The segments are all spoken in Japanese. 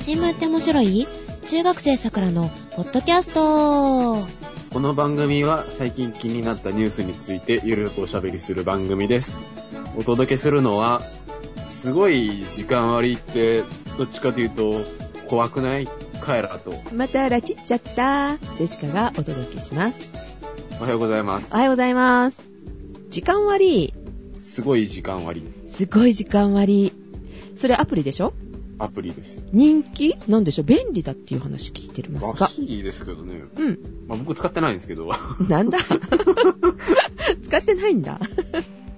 新聞って面白い中学生さくらのポッドキャストこの番組は最近気になったニュースについてゆるくおしゃべりする番組です。お届けするのは、すごい時間割って、どっちかというと、怖くないカエラと。また拉致っちゃったデシカがお届けします。おはようございます。おはようございます。時間割すごい時間割。すごい時間割それアプリでしょアプリですよ。人気なんでしょ便利だっていう話聞いてますらが。しいですけどね。うん。まあ、僕使ってないんですけど。 なん だ使ってないんだ。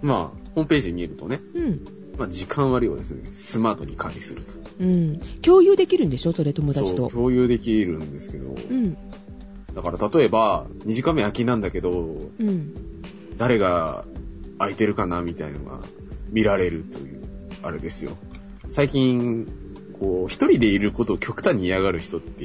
まあ、ホームページ見るとね、うん。まあ、時間割をですね、スマートに管理すると。うん。共有できるんでしょそれ友達そう、と。共有できるんですけど。うん。だから例えば、2時間目空きなんだけど、うん。誰が空いてるかなみたいなのが見られるという、あれですよ。最近、こう、一人でいることを極端に嫌がる人って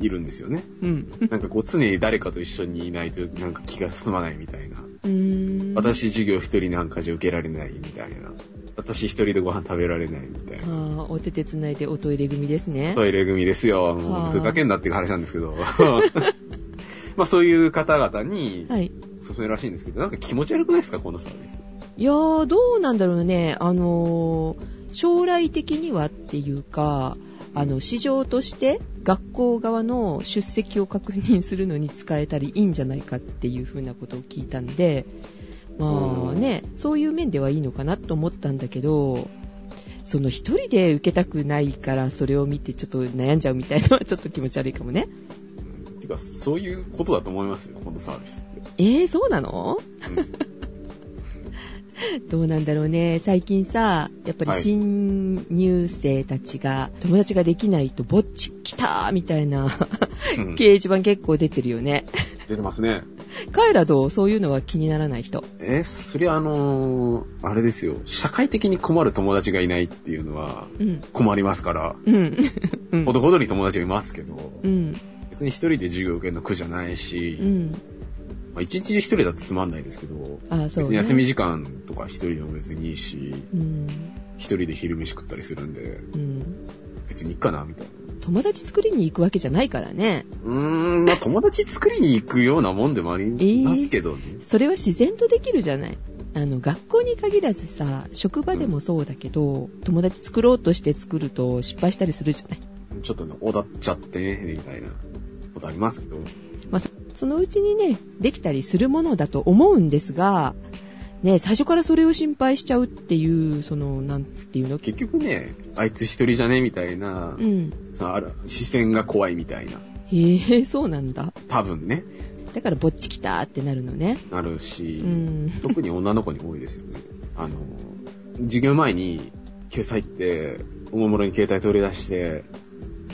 いるんですよね。うん。なんかこう、常に誰かと一緒にいないと、なんか気が進まないみたいな。うーん。。私授業一人なんかじゃ受けられないみたいな。私一人でご飯食べられないみたいあな。ーお手手つないでおトイレ組ですね。トイレ組ですよ。はもあうふざけんなっていう話なんですけ ど。まあそういう方々にはい。勧めるらしいんですけど、なんか気持ち悪くないですかこのサービス。いやー、どうなんだろうね。あのー将来的にはっていうか、あの、市場として学校側の出席を確認するのに使えたりいいんじゃないかっていうふうなことを聞いたんで、まあね、そういう面ではいいのかなと思ったんだけど、その一人で受けたくないからそれを見てちょっと悩んじゃうみたいなのはちょっと気持ち悪いかもね。てか、そういうことだと思いますよ、このサービスって。えー、そうなのうんどうなんだろうね。最近さ、やっぱりはい新入生たちが、友達ができないとぼっち来たーみたいなうん 掲示板結構出てるよね。出てますね。カエラどうそういうのは気にならない人。え、そりゃあのーあれですよ、社会的に困る友達がいないっていうのはうん。困りますから、うん。うんほどほどに友達がいますけど、うん。別に一人で授業受けるの苦じゃないし、うん。まあ一日中一人だとつまんないですけど、あ、そう、ね。別に休み時間とか一人でも別にいいし、うん。一人で昼飯食ったりするんで、うん。別にいっかな、みたいな。友達作りに行くわけじゃないからね。うーん、まあ友達作りに行くようなもんでもありますけどね。それは自然とできるじゃない。あの、学校に限らずさ、職場でもそうだけど、友達作ろうとして作ると失敗したりするじゃない。ちょっとね、おだっちゃってね、みたいなことありますけど。そのうちにね、できたりするものだと思うんですが、ね、最初からそれを心配しちゃうっていう、その、なんていうの結局ね、あいつ一人じゃねみたいなう、ん。そのある視線が怖いみたいな、へえ、そうなんだ。多分ね、だから、ぼっち来たってなるのね。なるし、うん。特に女の子に多いですよね。あの、授業前に、救済って、おもむろに携帯取り出して、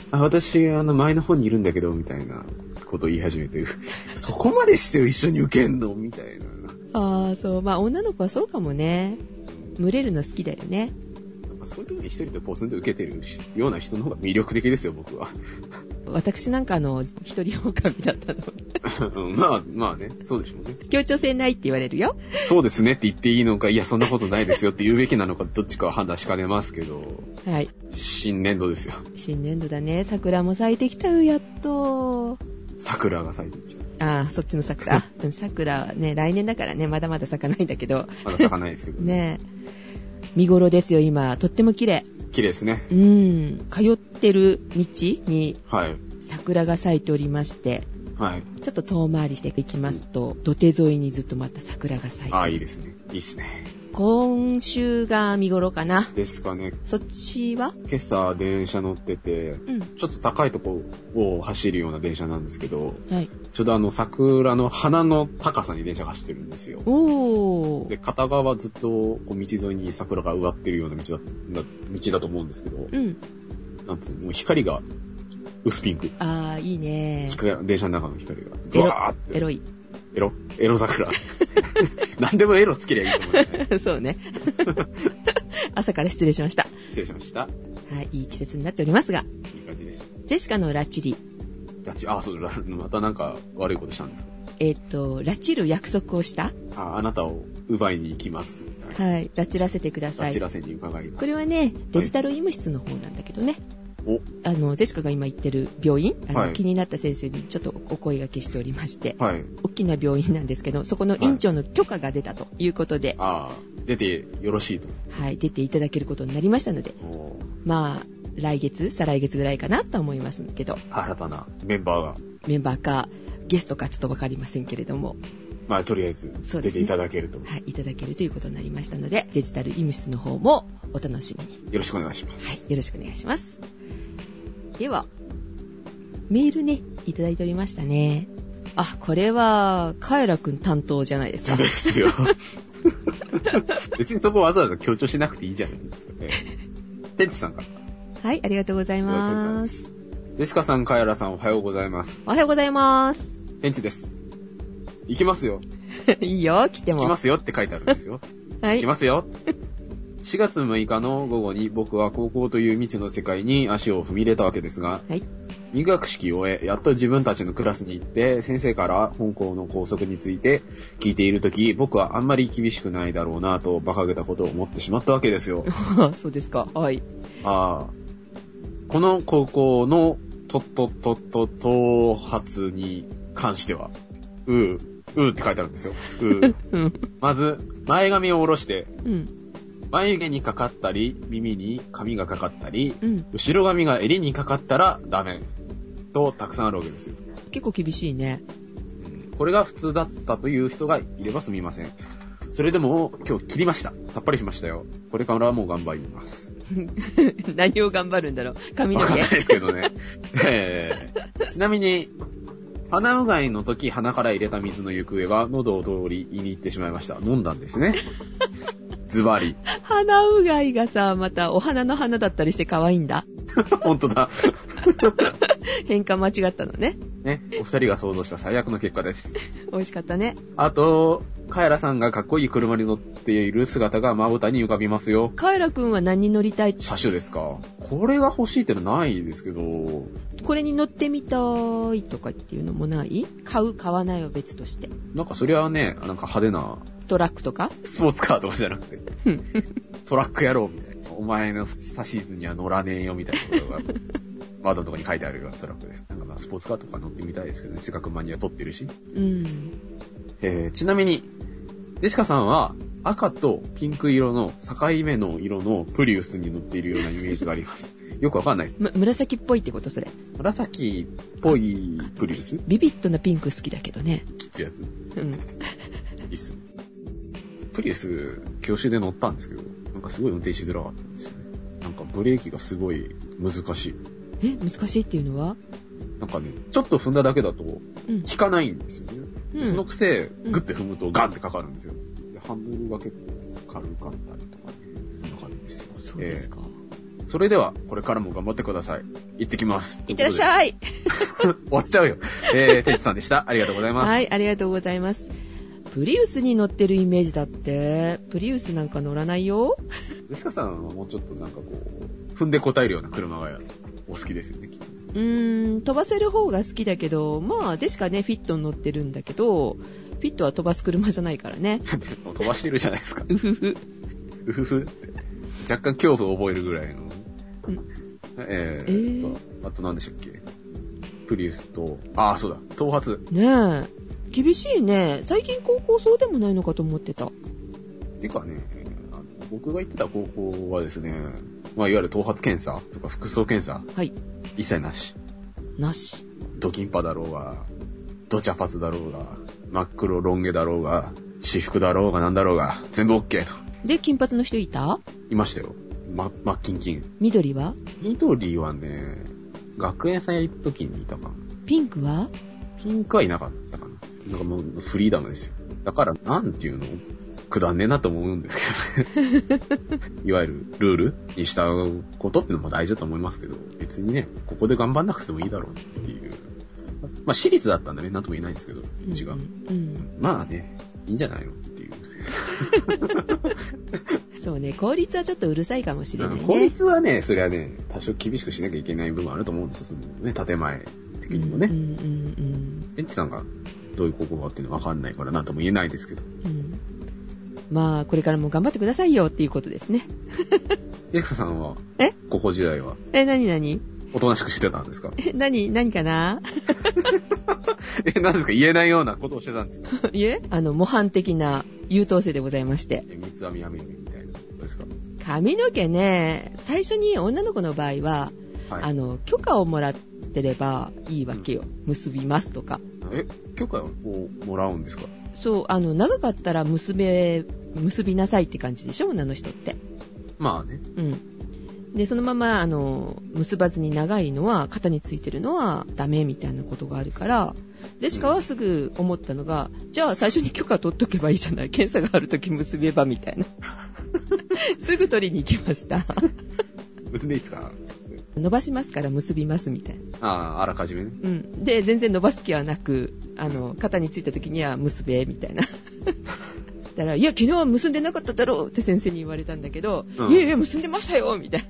あ、私、あの、前の方にいるんだけど、みたいなことを言い始めて、 そこまでして一緒に受けんのみたいな。ああ、そう。まあ、女の子はそうかもね。群れるの好きだよね。なんかそういうとこに一人でポツンと受けてるような人の方が魅力的ですよ、僕は。 私なんかあの、一人狼だったの。 うんまあ、まあね、そうでしょうね。協調性ないって言われるよ。そうですねって言っていいのか、いや、そんなことないですよって言うべきなのか、どっちかは判断しかねますけど、はい。新年度ですよ。新年度だね。桜も咲いてきたよ、やっと。桜が咲いてきた。ああ、そっちの桜。うん桜はね、来年だからね、まだまだ咲かないんだけど。まだ咲かないですけ ど、ねえ。見頃ですよ、今。とっても綺麗。綺麗ですね。うん。通ってる道にはい。桜が咲いておりまして、はい。ちょっと遠回りしていきますと、土手沿いにずっとまた桜が咲いて。ああ、いいですね。いいっすね。今週が見頃かな。ですかね。そっちは今朝、電車乗ってて、うん。ちょっと高いとこを走るような電車なんですけど、はい。ちょうどあの、桜の花の高さに電車が走ってるんですよ。おで、ー。片側はずっと、こう、道沿いに桜が植わってるような道だ、な道だと思うんですけど、うん。なんていうの、もう光が、薄ピンク。ああ、いいね。光電車の中の光が、ドワーって。エロい。 エロエロ桜。 何でもエロつけりゃいいと思う、ね。そうね。 朝から失礼しました。失礼しました。はい、いい季節になっておりますが、いい感じです。ジェシカのラチリ、ラチ、あ、そうだ、ラまたなんか悪いことしたんですかえっ、と、ラチる約束をしたあ、あなたを奪いに行きます。みたいな。はい、拉致らせてくださラい。チらせに伺います。これはね、デジタル医務室の方なんだけどね。お、あのゼシカが今行ってる病院あの、はい気になった先生にちょっとお声がけしておりまして、はい。大きな病院なんですけどそこの院長の許可が出たということで、ああ、出てよろしいと。はい、出ていただけることになりましたのでおーまあ来月再来月ぐらいかなと思いますけど新たなメンバーが、メンバーかゲストかちょっと分かりませんけれども、まあ、とりあえずそうで出すてねいただけると。はい、いただけるということになりましたのでデジタル医務室の方もお楽しみに、よろしくお願いします。はい、よろしくお願いしますではメールねいただいておりましたねあこれはカエラくん担当じゃないです そうかですよ。別にそこわざわざ強調しなくていいじゃないですかね。天地さんからいはいありがとうございただいておりまますす。ジェシカさん、カエラさん、おはようございます。おはようございます 天地です。行きますよ。いいよ来て行もきますよって書いてあるんですよ。はい行きますよ。4月6日の午後に僕は高校という未知の世界に足を踏み入れたわけですが、はい入学式を終え、やっと自分たちのクラスに行って、先生から本校の校則について聞いているとき、僕はあんまり厳しくないだろうなと馬鹿げたことを思ってしまったわけで すよ。そうですかはいああ。この高校のとっとっとっと頭髪に関しては、うー、うーって書いてあるんですよ。うー。うんまず、前髪を下ろして、うん眉毛にかかったり、耳に髪がかかったり、うん後ろ髪が襟にかかったらダメ。と、たくさんあるわけですよ。結構厳しいね うんこれが普通だったという人がいればすみません。それでも、今日切りました。さっぱりしましたよ。これからはもう頑張ります。何を頑張るんだろう髪のわかん毛ないですけどね。えーちなみに、鼻うがいの時、鼻から入れた水の行方は、喉を通り、胃に行ってしまいました。飲んだんですね。ズバリ。鼻うがいがさ、またお花の花だったりして可愛いんだ。本当だ。変換間違ったのね。ね、お二人が想像した最悪の結果です。美味しかったね。あと、カエラさんがかっこいい車に乗っている姿がまぶたに浮かびますよ。カエラくんは何に乗りたい車種ですかこれが欲しいってのはないですけど、これに乗ってみたいとかっていうのもない買う、買わないは別として。なんかそりゃね、なんか派手な、トラックとかスポーツカーとかじゃなくて、トラック野郎みたいな。お前のサシーズには乗らねえよみたいなことが、窓のとかに書いてあるようなトラックです。なんかまあスポーツカーとか乗ってみたいですけどね、せっかくマニア撮ってるし。うん。えーちなみに、ジェシカさんは赤とピンク色の境目の色のプリウスに乗っているようなイメージがあります。よくわかんないです。む、紫っぽいってことそれ。紫っぽいプリウスビビッドなピンク好きだけどね。きついやついうん。いっす。プリウス、教習で乗ったんですけど、なんかすごい運転しづらかったんですよね。なんかブレーキがすごい難しい。え、難しいっていうのはなんかね、ちょっと踏んだだけだとうん。効かないんですよね。うんそのくせ、んグッて踏むとガンってかかるんですよ。でハンドルが結構軽かったりとかね。そんな感じですよ。そうですか。えーそれでは、これからも頑張ってください。行ってきます。いってらっしい。ゃい終わっちゃうよ。え ー、てつさんでした。ありがとうございます。はい、ありがとうございます。プリウスに乗ってるイメージだって。プリウスなんか乗らないよ。ジェシカさんはもうちょっとなんかこう、踏んで答えるような車がお好きですよね、きっと。うーん飛ばせる方が好きだけど、まあ、でしかね、フィットに乗ってるんだけど、フィットは飛ばす車じゃないからね。もう飛ばしてるじゃないですか。 うふふ。うふふ。若干恐怖を覚えるぐらいの。えー、えーあと、あと何でしたっけプリウスと、ああ、そうだ、頭髪。ねえ。厳しいね。最近高校そうでもないのかと思ってた。てかね、あの僕が行ってた高校はですね、まあ、いわゆる頭髪検査とか服装検査、はい。一切なし。なし。ドキンパだろうが、ドチャパツだろうが、真っ黒ロン毛だろうが、私服だろうがなんだろうが、全部 OK と。で、金髪の人いたいましたよ。ま、まっきんきん。緑は緑はね、学園祭行く時にいたかな。ピンクはピンクはいなかったかな。なんかもうフリーダムですよ。だから、なんていうのくだんねえなと思うんですけ どね。いわゆるルールに従うことってのも大事だと思いますけど、別にね、ここで頑張んなくてもいいだろうっていう。まあ、私立だったんでね、なんとも言えないんですけど、うちが。うん。まあね、いいんじゃないのっていう。うんそうね、効率はちょっとうるさいかもしれないね。法律はね、それはね、多少厳しくしなきゃいけない部分あると思うんですよ、そのね、建前的にもうんね。うん天地さんがどういう高校かっていうのは分かんないから、なんとも言えないですけど。うんうん。うんまあ、これからも頑張ってくださいよっていうことですね。ジェシカさんは、え高校時代は、え、なになにおとなしくしてたんですかえ何、何かな え、なんですか言えないようなことをしてたんですかいえ、あの、模範的な優等生でございまして。え三つ編み編み編みみたいなことですか髪の毛ね、最初に女の子の場合は、はあい。の、許可をもらってればいいわけよ。結びますとか。え、許可をもらうんですかそう、あの、長かったら結べ、結びなさいって感じでしょ、女の人って。まあね。うん。で、そのまま、あの、結ばずに長いのは、肩についてるのはダメみたいなことがあるから、ジェシカはすぐ思ったのが、じゃあ最初に許可取っとけばいいじゃない。検査があるとき結べばみ たいな。すぐ取りに行きました。結んでいいですか伸ばしますから結びますみたいな。ああ、あらかじめね。うん。で、全然伸ばす気はなく、あの、肩についた時には結べ、みたいな。だから、いや、昨日は結んでなかっただろうって先生に言われたんだけど、うんいやいや、結んでましたよみたい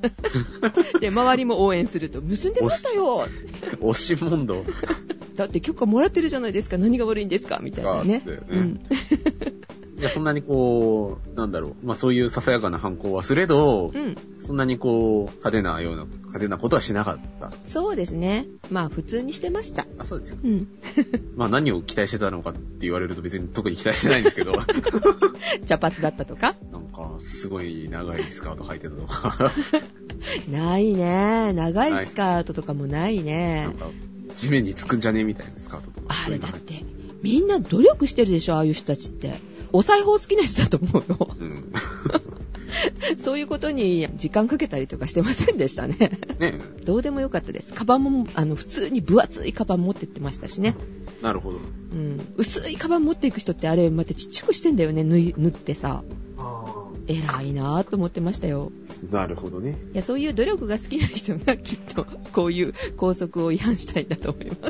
な。で、周りも応援すると、結んでましたよ押し問答だって許可もらってるじゃないですか、何が悪いんですかみたいなねつっ。てうねん。いや、そんなにこう、なんだろう。まあそういうささやかな犯行はすれどう、ん。そんなにこう、派手なような、派手なことはしなかった。そうですね。まあ、普通にしてました。あ、そうですか。うん。 まあ何を期待してたのかって言われると別に特に期待してないんで すけど、な茶髪だったとかんか、すごい長いスカート履いてたとか、ないね。長いスカートとかもないねなん。か、地面につくんじゃねえみたいなスカートとか。あそうれいうのだっ履いて、みんな努力してるでしょ、ああいう人たちって。お裁縫好きな人だと思うよ。うん。 そういうことに時間かけたりとかしてませんでしたね。 ねどうでもよかったです。カバンも、あの、普通に分厚いカバン持ってってましたしね。えなるほど。うん。薄いカバン持っていく人ってあれ、またちっちゃくしてんだよね、縫い縫ってさ。偉いなぁと思ってましたよ。なるほどね。いや、そういう努力が好きな人がきっと、 こういう校則を違反したいんだと思 います。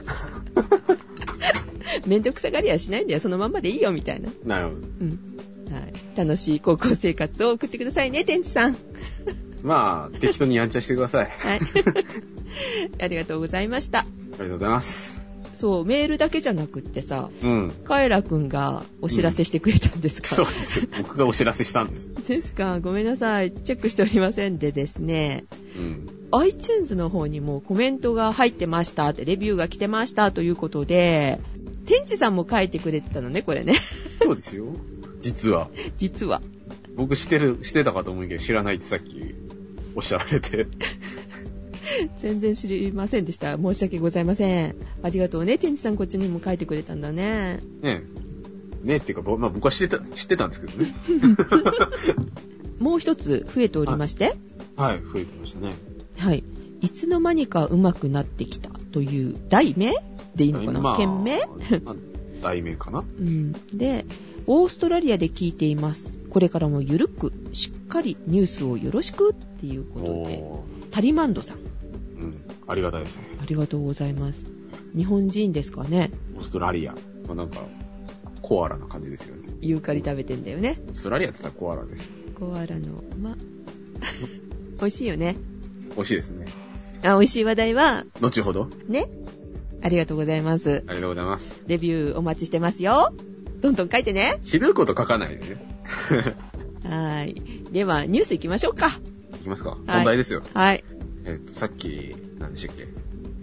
めんどくさがりはしないんだよ、そのまんまでいいよ、みたいな。なるほど。うんはい、楽しい高校生活を送ってくださいね、天地さん。まあ、適当にやんちゃしてください。あはい、 ありがとうございました。りがとうございます。そう、メールだけじゃなくってさ、うん。カエラくんがお知らせしてくれたんですそうか、 です。僕がお知らせしたんです。ですか、ごめんなさい。チェックしておりませんでですね、うん。 iTunes の方にもコメントが入ってましたって、レビューが来てましたということで、天地さんも書いてくれてたのね、これね。 そうですよ。実は。実は。僕してる、してたかと思うけど、知らないってさっき、おっしゃられて。全然知りませんでした。申し訳ございません。ありがとうね。天地さんこっちにも書いてくれたんだね。ねえ。ねえっていうか、ぼまあ僕は知ってた、知ってたんですけどね。もう一つ増えておりまして、はい、増えてましたね。はい。いつの間にか上手くなってきたという題名でいいのかな、まあ県名、まあ題名かなうん。で、オーストラリアで聞いています。これからもゆるく、しっかりニュースをよろしくっていう ことで、おータリマンドさん、うん。ありがたいですね。ありがとうございます。日本人ですかねオーストラリア。まあなんか、コアラな感じですよね。ユーカリ食べてんだよね。オーストラリアって言ったらコアラです。コアラの、ま、 美味しいよね。美味しいですね。あ、美味しい話題は、後ほど。ね。ありがとうございます。ありがとうございます。レビューお待ちしてますよ。どんどん書いてね。ひどいこと書かないでね。はい。では、ニュース行きましょうか。いきますか。本題ですよ。はい。えっ、と、さっき、何でしたっけ。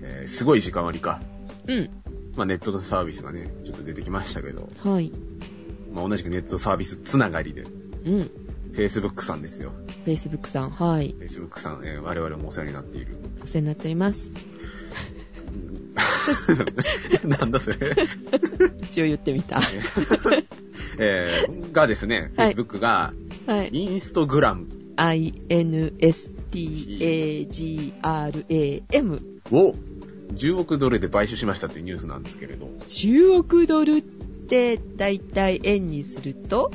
えーすごい時間割か。うん。まあネットのサービスがね、ちょっと出てきましたけど、はい。まあ同じくネットサービスつながりで、うん。 Facebook さんですよ。 Facebook さん、はい。 Facebook さん、えー我々もお世話になっている。お世話になっております。なん だそれ。一応言ってみ た。はえー、がですね、はい Facebook が、い。インストグラム instagram。を10億ドルで買収しましたっていうニュースなんですけれど、 10億ドルって、だいたい円にすると、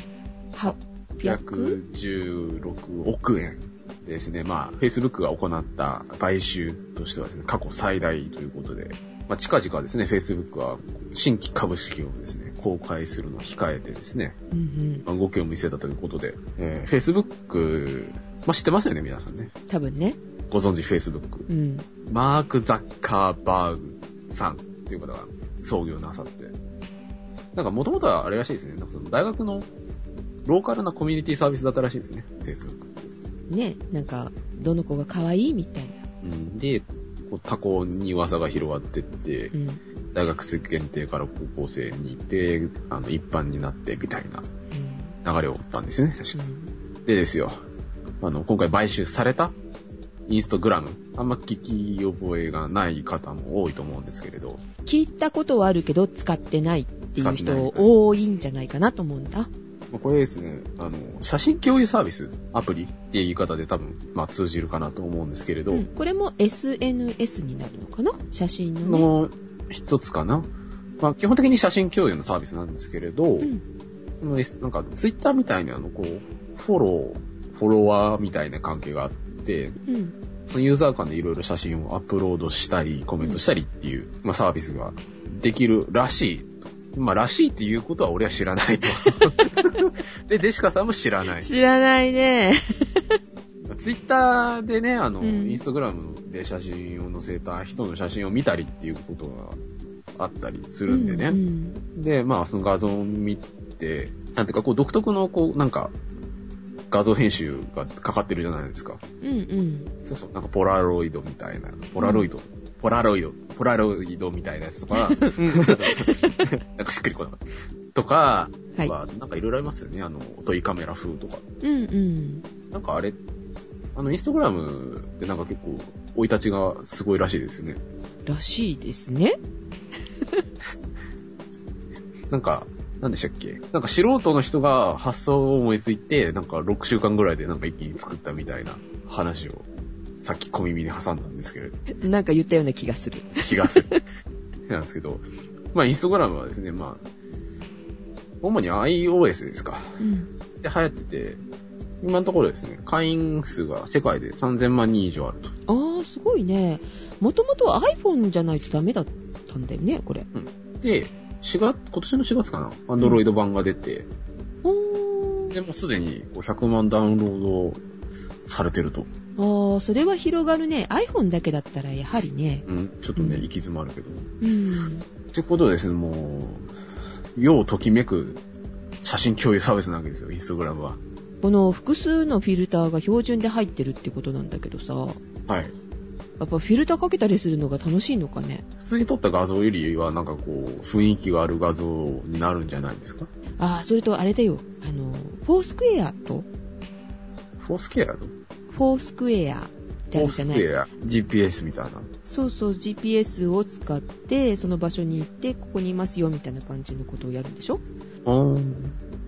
800? 116億円ですね。まあ、Facebook が行った買収としてはですね、過去最大ということで、まあ、近々ですね、Facebook は新規株式をですね、公開するのを控えてですね、うんまあ動きを見せたということで、えー Facebook、まあ、知ってますよね、皆さんね。うん。多分ね。ご存知 Facebook。うん。マーク・ザッカーバーグさんという方が創業なさって。なんか元々はあれらしいですね。なんかその大学のローカルなコミュニティサービスだったらしいですね。Facebook って。ね、なんか、どの子が可愛いみたいな。うん、で、こう他校に噂が広がってって、うん大学生限定から高校生に行って、あの、一般になってみたいな流れを追ったんですよね、確か。でですよ、あの、今回買収されたインストグラム、あんま聞き覚えがない方も多いと思うんですけれど、聞いたことはあるけど使ってないっていう使ってない人多いんじゃないかなと思うんだ。まあこれですね、あの、写真共有サービス、アプリっていう言い方で多分、まあ通じるかなと思うんですけれど、うんこれも SNS になるのかな写真のね。の一つかな。まあ基本的に写真共有のサービスなんですけれど、うんこの S- なんかツイッターみたいなの、こう、フォロー、フォロワーみたいな関係があって、うんそのユーザー間でいろいろ写真をアップロードしたり、コメントしたりっていう、まあサービスができるらしい。まあ、らしいっていうことは俺は知 らないと。で、デシカさんも知らない。知らないね。ツイッターでね、あの、うんインスタグラムで写真を載せた人の写真を見たりっていうことがあったりするんでね。うんうんで、まあ、その画像を見て、なんていうか、こう、独特の、こう、なんか、画像編集がかかってるじゃないですか。うんうんそうそう。なんか、ポラロイドみたいな。ポラロイド。ポラロイド。ポラロイドみたいなやつとか、 なんかしっくりこなかった。とか、はい。まあなんかいろいろありますよね。あの、トイカメラ風とか。うんうん。なんかあれ、あの、インスタグラムってなんか結構、生い立ちがすごいらしいですね。らしいですね。なんか、なんでしたっけなんか素人の人が発想を思いついて、なんか6週間ぐらいでなんか一気に作ったみたいな話を、さっき小耳に挟んだんですけれど、なんか言ったような気がする。気がする。なんですけど、まあインスタグラムはですね、まあ、主に iOS ですか。うん。で、流行ってて、今のところですね、会員数が世界で3000万人以上あると。あー、すごいね。もともとは iPhone じゃないとダメだったんだよね、これ。で、4月、今年の4月かな、アンドロイド版が出て、おー。で、もうすでにこう100万ダウンロードされてると。あー、それは広がるね。iPhone だけだったらやはりね。うん、ちょっとね、うん行き詰まるけど。っうん。てことはですね、もう、ようときめく写真共有サービスなわけですよ、インスタグラムは。この複数のフィルターが標準で入ってるってことなんだけどさ、はい。やっぱフィルターかけたりするのが楽しいのかね。普通に撮った画像よりは、なんかこう、雰囲気がある画像になるんじゃないですか。ああ、それとあれだよ。あの、フォースクエアと、フォースケアだとフフォースクエアってあォるーじゃスなケい。ア、GPS みたいな。そうそう、GPS を使って、その場所に行って、ここにいますよ、みたいな感じのことをやるんでしょう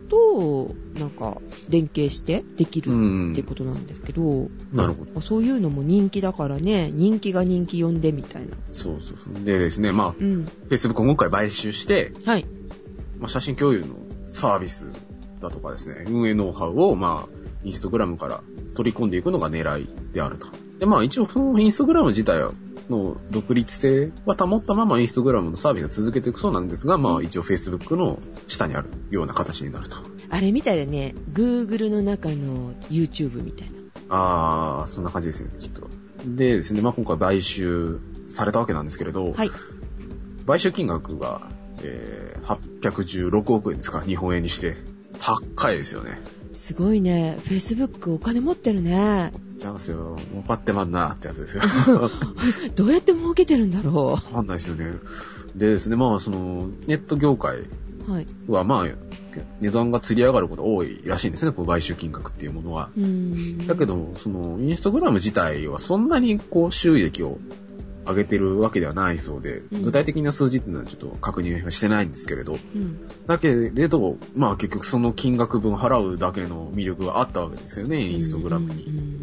と、なんか、連携してできるんって。ことなんですけど、なるほど。まあそういうのも人気だからね、人気が人気呼んで、みたいな。そうそうそう。でですね、まあ、うん。 Facebook を今回買収して、はい。まあ、写真共有のサービスだとかですね、運営ノウハウを、まあ、インスタグラムから取り込んでいくのが狙いであると。で、まあ一応そのインスタグラム自体の独立性は保ったままインスタグラムのサービスは続けていくそうなんですが、まあ一応 Facebook の下にあるような形になると。あれみたいだね、Google の中の YouTube みたいな。あー、そんな感じですね、きっと。でですね、まあ今回買収されたわけなんですけれど、はい。買収金額が、えー、816億円ですか、日本円にして。高いですよね。すごいね、Facebook お金持ってるね。ちゃうんすよ。もうパってまんなってや つですよ。どうやって儲けてるんだろわかんないですよね。でですね、まあその、ネット業界う。はい。はまあ、値段が釣り上がることが多いらしいんですね、こう買収金額っていうものは。うーん。だけど、その、インスタグラム自体はそんなにこう収益を上げてるわけではないそうで、うん具体的な数字っていうのはちょっと確認はしてないんですけれど、うん、だけれど、まあ結局その金額分払うだけの魅力があったわけですよね、インスタグラムに。うん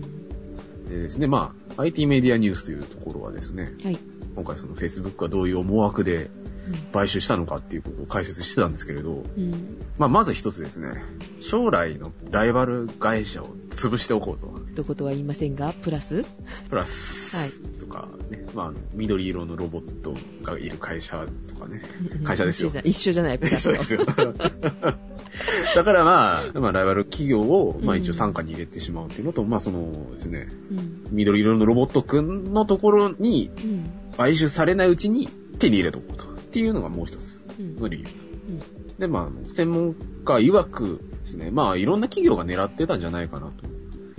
でですね、まあ、IT メディアニュースというところはですね、はい今回その Facebook がどういう思惑で買収したのかっていうことを解説してたんですけれど、うんうんまあ、まず一つですね、将来のライバル会社を潰しておこうと。ってことは言いませんが、プラスプラスとかね、まああの、緑色のロボットがいる会社とかね、会社ですよ一緒じゃない一緒じゃない、プラス そうとで。すよ。だからまあ、まあ、ライバル企業を、まあ一応傘下に入れてしまうっていうのと、まあそのですね、うん緑色のロボットくんのところにうん買収されないうちに手に入れとこうと。っていうのがもう一つうんの理由と。で、まああの、専門家曰くですね、まあ、いろんな企業が狙ってたんじゃないかなと。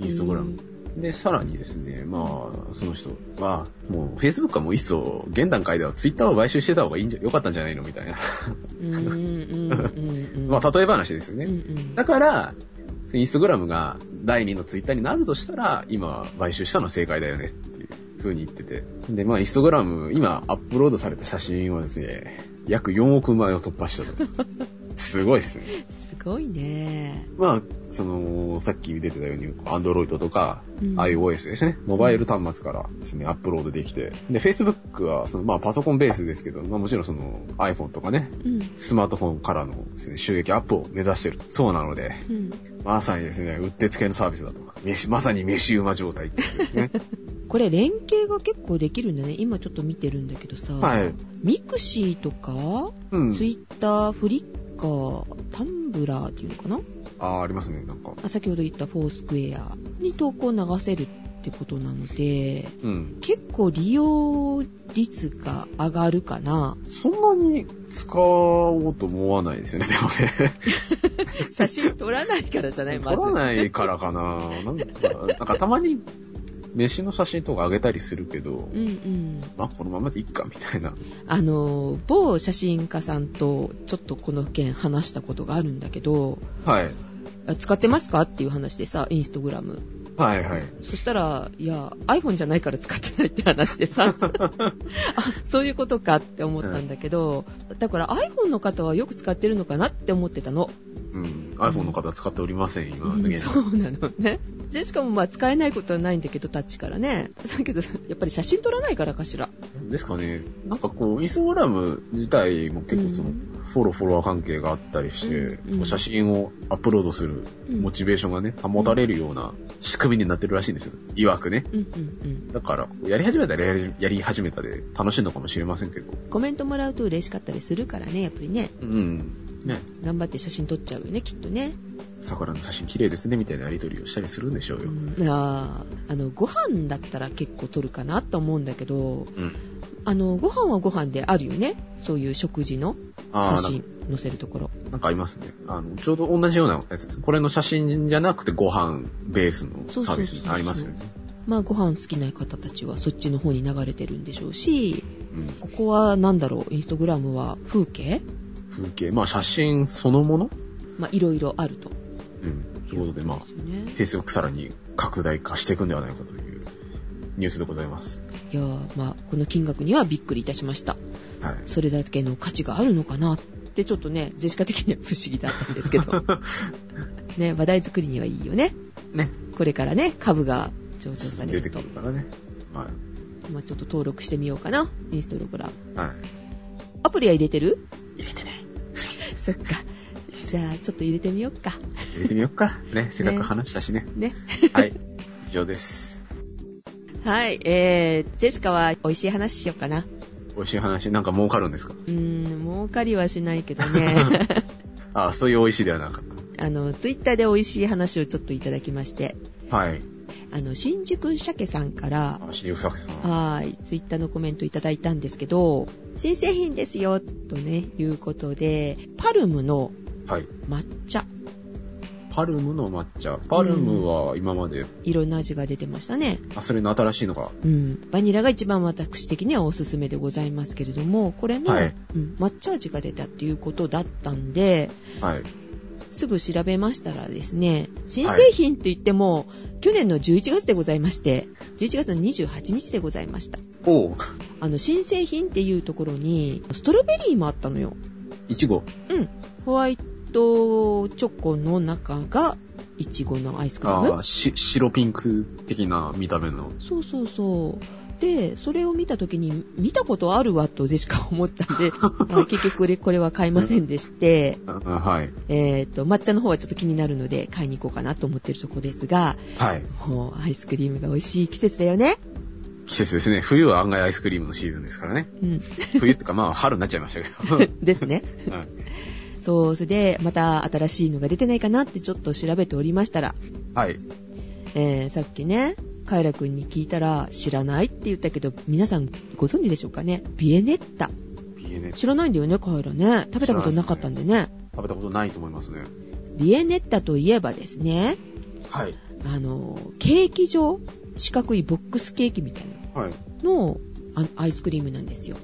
インスタグラム。うんで、さらにですね、まあ、その人は、もう、Facebook はもういっそ、現段階では Twitter を買収してた方がいいんじゃ、よかったんじゃないのみたいな。うんうんうんうんうん。まあ、例え話ですようんうね。んだから、インスタグラムが第2の Twitter になるとしたら、今、買収したのは正解だよねっていう風に言ってて。で、まあ、インスタグラム、今、アップロードされた写真はですね、約4億枚を突破したと。すごいっすね。すごいね。まあ、その、さっき出てたように、Android とか、うん iOS ですね、モバイル端末からですね、アップロードできて、で、Facebook は、その、まあ、パソコンベースですけど、まあ、もちろんその、iPhone とかね、うん。スマートフォンからのですね収益アップを目指してる。そうなので、うん。まさにですね、うってつけのサービスだと。飯まさに飯馬状態っていうで すね。これ連携が結構できるんだね。今ちょっと見てるんだけどさ。はい。ミクシーとか、うん。ツイッター、フリッカー、タンブラーっていうのかなあー、ありますね、なんか。あ先ほど言ったフォースクエアに投稿を流せるってことなので、うん。結構利用率が上がるかな。そんなに使おうと思わないですよね、でもね。 写真撮らないからじゃない、まず。撮らないからかな。なんか、なんかたまに、飯の写真とかあげたりするけど、うんうん。まあこのままでいっか、みたいな。あの、某写真家さんとちょっとこの件話したことがあるんだけど、はい。あ使ってますかっていう話でさ、インスタグラム。はいはい。そしたら、いや、iPhone じゃないから使ってないって話でさ、あ、そういうことかって思ったんだけど、だから iPhone の方はよく使ってるのかなって思ってたの。うん。iPhone の方は使っておりません、今のうん現そ在。うなのね。で、しかもまあ使えないことはないんだけど、タッチからね。だけど、やっぱり写真撮らないからかしら。ですかね。なんかこう、インスタグラム自体も結構その、うんフォローフォロワー関係があったりして、うんうんこう写真をアップロードするうんモチベーションがね、保たれるような仕組みになってるらしいんですよ。曰くね。うんうんだから、やり始めたらやりやり始めたで楽しいのかもしれませんけど。うん。コメントもらうと嬉しかったりするからね、やっぱりね。うん。ね。頑張って写真撮っちゃうよね、きっとね。桜の写真綺麗ですね、みたいなやりとりをしたりするんでしょうよ。あーあの、ご飯だったら結構撮るかなと思うんだけど、うん。あの、ご飯はご飯であるよね。そういう食事のあ写あ、なん真載せるところ。かなんかありますね。あの、ちょうど同じようなやつです。これの写真じゃなくてご飯ベースのそうそうそうそうサービスありますよね。まあ、ご飯好きな方たちはそっちの方に流れてるんでしょうし、うん。ここはなんだろう、インスタグラムは風景風景。まあ写真そのものまあ、いろいろあると。うん。ということで、まあで、すよね Facebook さらに拡大化していくんではないかというニュースでございます。いやーまあ、この金額にはびっくりいたしました。はい。それだけの価値があるのかなって、ちょっとね、ジェシカ的には不思議だったんですけ ど。ね、話題作りにはいいよね。ね。これからね、株が上場され出るてくとる。からね。はまあ、ちょっと登録してみようかな。インストールグラム。い。はアプリは入れてるい。入れてね。 そっか。じゃあ、ちょっと入れてみよっか。入れてみよっ か。ね。せっかく話したしね。ね。 はい。以上です。はい、えー、ジェシカは美味しい話しようかな。美味しい話、なんか儲かるんですかうーん、儲かりはしないけど ね。あそういう美味しいではなかっあの、ツイッターで美味しい話をちょっといただきまして、た。はい。あの、新宿鮭さんから、あ、新宿作さん。はーい、ツイッターのコメントいただいたんですけど、新製品ですよ、とね、いうことで、パルムのはい。抹茶、パルムの抹茶。パルムは今まで、いろんな味が出てましたね。あ、それの新しいのが。うん。バニラが一番私的にはおすすめでございますけれども、これの、はいうん、抹茶味が出たっていうことだったんで、はい。すぐ調べましたらですね、新製品って言っても、去年の11月でございまして、11月の28日でございました。おう。あの、新製品っていうところに、ストロベリーもあったのよ。いちご。ホワイトチョコの中が、イチゴのアイスクリーあムあ、し、白ピンク的な見た目の。そうそうそう。で、それを見たときに、見たことあるわとジェシカ思ったんで、あの結局これこれは買いませんでして、ああはい。えっ、と、抹茶の方はちょっと気になるので買いに行こうかなと思ってるとこですが、はい。もうアイスクリームが美味しい季節だよね。季節ですね。冬は案外アイスクリームのシーズンです からね。うん。冬ってか、まあ、春になっちゃいましたけど。はいですね。 そう、それで、また新しいのが出てないかなってちょっと調べておりましたら、はい。えー、さっきね、カイラくんに聞いたら知らないって言ったけど、皆さんご存知でしょうかねビエネッタ。ビエネ、食知らないんだよね、カイラね。食べたことなかったんでね。べたことないと思いますね。ビエネッタといえばですね、はい。あの、ケーキ状、四角いボックスケーキみたいなはい。のあアイスクリームなんですよ。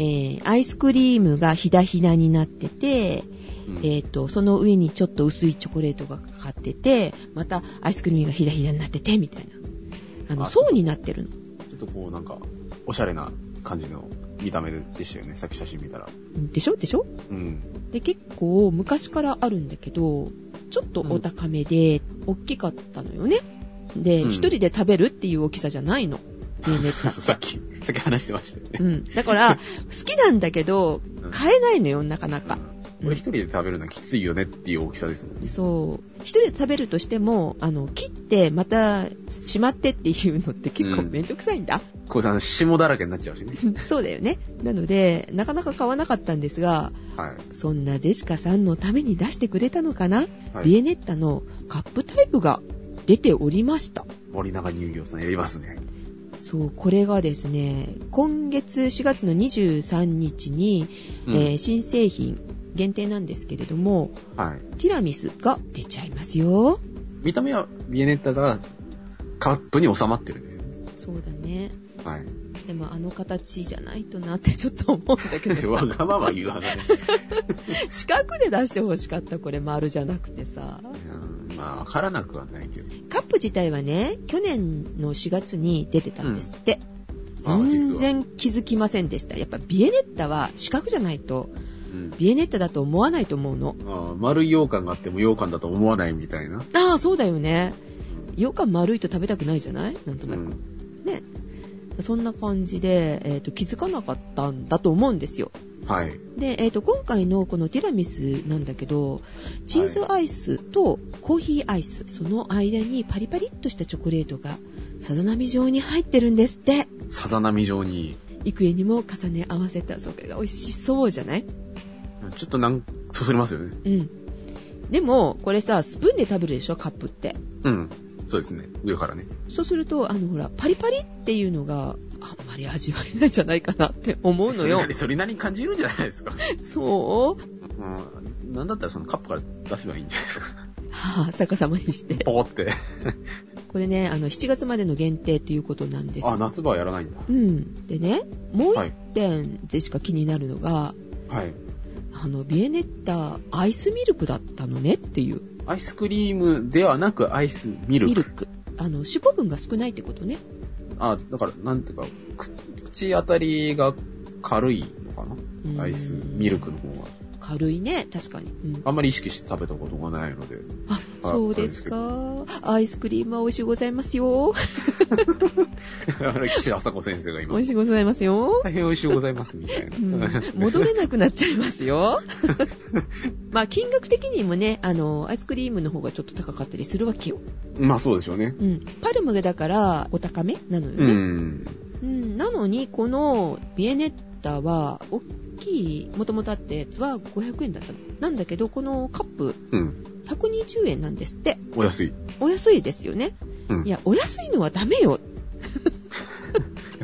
えー、アイスクリームがひだひだになってて、うんえっ、と、その上にちょっと薄いチョコレートがかかってて、またアイスクリームがひだひだになってて、みたいな。あの、あ層になってるの。ちょっとこうなんか、おしゃれな感じの見た目でしたよね、さっき写真見たら。でしょでしょうん。で、結構昔からあるんだけど、ちょっとお高めで、大きかったのよね。で、一、うん人で食べるっていう大きさじゃない の。ビーネッそタう そうさっって。き、さっき話してましたよね。うん。だから、好きなんだけど、買えないのよ、なかなか。うん俺一人で食べるのはきついよねっていう大きさですもんね。そう。一人で食べるとしても、あの、切って、また、しまってっていうのって結構うんめんどくさいんだ。こうさ、霜だらけになっちゃうしね。そうだよね。なので、なかなか買わなかったんですが、はい。そんなジェシカさんのために出してくれたのかな、はいビエネッタのカップタイプが出ておりました。森永乳業さんやりますね。そう、これがですね、今月4月の23日に、うんえー新製品限定なんですけれども、はい。ティラミスが出ちゃいますよ。見た目はビエネッタがカップに収まってるんですよね。そうだね。はい。でもあの形じゃないとなってちょっと思うんだ けどわさ、がまま言わない。四角で出してほしかった、これ丸じゃなくてさ。うんまあ、わからなくはないけど。カップ自体はね、去年の4月に出てたんですって。ああ実全は然気づきませんでした。やっぱビエネッタは四角じゃないと、うんビエネッタだと思わないと思うの。ああ丸い羊羹があっても羊羹だと思わないみたいな。ああ、そうだよね。よく丸いと食べたくないじゃないなんとうなく。ん。ね。そんな感じで、えっ、と、気づかなかったんだと思うんですよ。はい。で、えっ、と、今回のこのティラミスなんだけど、チーズアイスとコーヒーアイス、その間にパリパリっとしたチョコレートがさざ波状に入ってるんですって。さざ波状に、幾重にも重ね合わせた、それが美味しそうじゃないちょっとなん、そそりますよね。うん。でも、これさ、スプーンで食べるでしょ、カップって。うん。そうですね。上からね。そうすると、あの、ほら、パリパリっていうのが、あんまり味わえないんじゃないかなって思う そのれよな。り、それなりに感じるんじゃない ですか。そううん。なんだったらそのカップから出せばいいんじゃないですか。はぁ、逆さまにして。 ポコって。これね、あの、7月までの限定っていうことなんです。あ、夏場はやらないんだ。うん。でね、もうはい一点でしか気になるのが、はい。あの、ビエネッタ、アイスミルクだったのねっていう。アイスクリームではなくアイスミルミク。ルク。あの、脂肪分が少ないってことね。あ、だから、なんていうか、口当たりが軽いのかうんなアイスミルクの方が。軽いね、確かに。うんあんまり意識して食べたことがないので。 あ、あそうですか。アイスクリームは美味しゅうございますよ。あれ、岸朝子先生が美今味、しゅうございますよ。大変美味し ゅうございます、みたいな。うん、戻れなくなっちゃいますよ。 まあ、金額的にもね、あの、アイスクリームの方がちょっと高かったりするわけよ。まあそうでしょうね。うん。パルムがだから、お高めなのようね。ん。うん。なのに、この、ビエネッタは、大きい、もともとあったやつは500円だったの。なんだけど、このカップ、うん。 120円なんですって。お安い。お安いですよね。うんいや、お安いのはダメよ。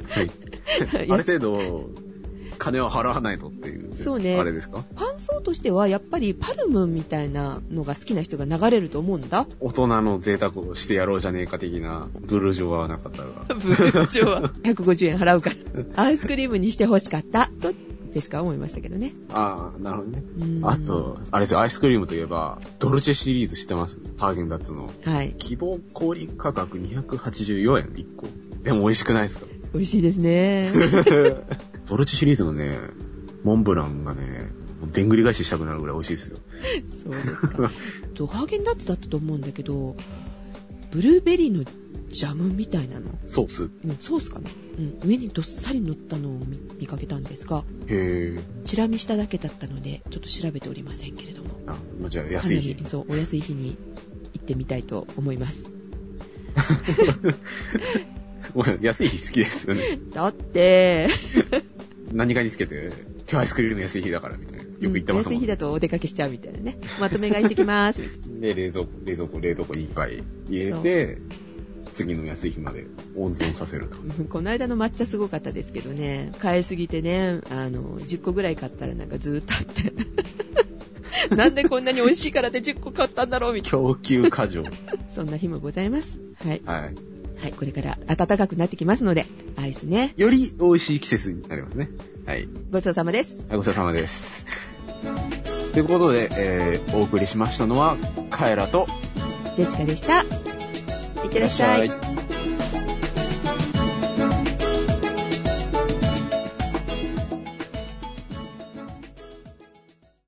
はい。 ある程度、金は払わないとっていう。そうねあれですか感想としてはやっぱりパルムみたいなのが好きな人が流れると思うんだ。大人の贅沢をしてやろうじゃねえか的な、ブルージョワはなかったが。部長は150円 払うから。アイスクリームにして欲しかった。と、でしか思いましたけどね。ああ、なるほどね。うんあと。、あれですよ、アイスクリームといえば、ドルチェシリーズ知ってますハーゲンダッツの。はい。希望小売価格284円1個。でも美味しくないですか美味しいです ね。ドルチェシリーズのね、モンブランがね、もうでんぐり返ししたくなるぐらい美味しいですよ。そうですか。とハーゲンダッツだったと思うんだけど、ブルーベリーのジャムみたいなの。ソース。うん、ソースかな。うん。上にどっさり乗ったのを見見かけたんですが、へえ。チラ見しただけだったので、ちょっと調べておりませんけれども。あ、まあ、じゃあかな安い日 り。そうお安い日に行ってみたいと思いますもう安い日好きですよね。だって何かにつけて、今日アイスクリーム安い日だからみたいな。よく言ってますうんお安もいん、日だとお出かけしちゃうみたいなねまとめ買いしてきます みたいで、冷蔵庫、冷蔵庫、冷凍庫にいっぱい入れて、次の安い日まで温存させると。なこの間の抹茶すごかったですけどね買いすぎてねあの10個ぐらい買ったらなんかずーっとあって なんでこんなに美味しいからで10個買ったんだろうみたい供給過 剰。な。そんな日もございます。はい。はい。はい、これから暖かくなってきますので、アイスね。より美味しい季節になりますね。はい。ごちそうさまです。はいごちそうさまです。ということで、えー、お送りしましたのは、カエラと、ジェシカでした。いってらっしゃい。い。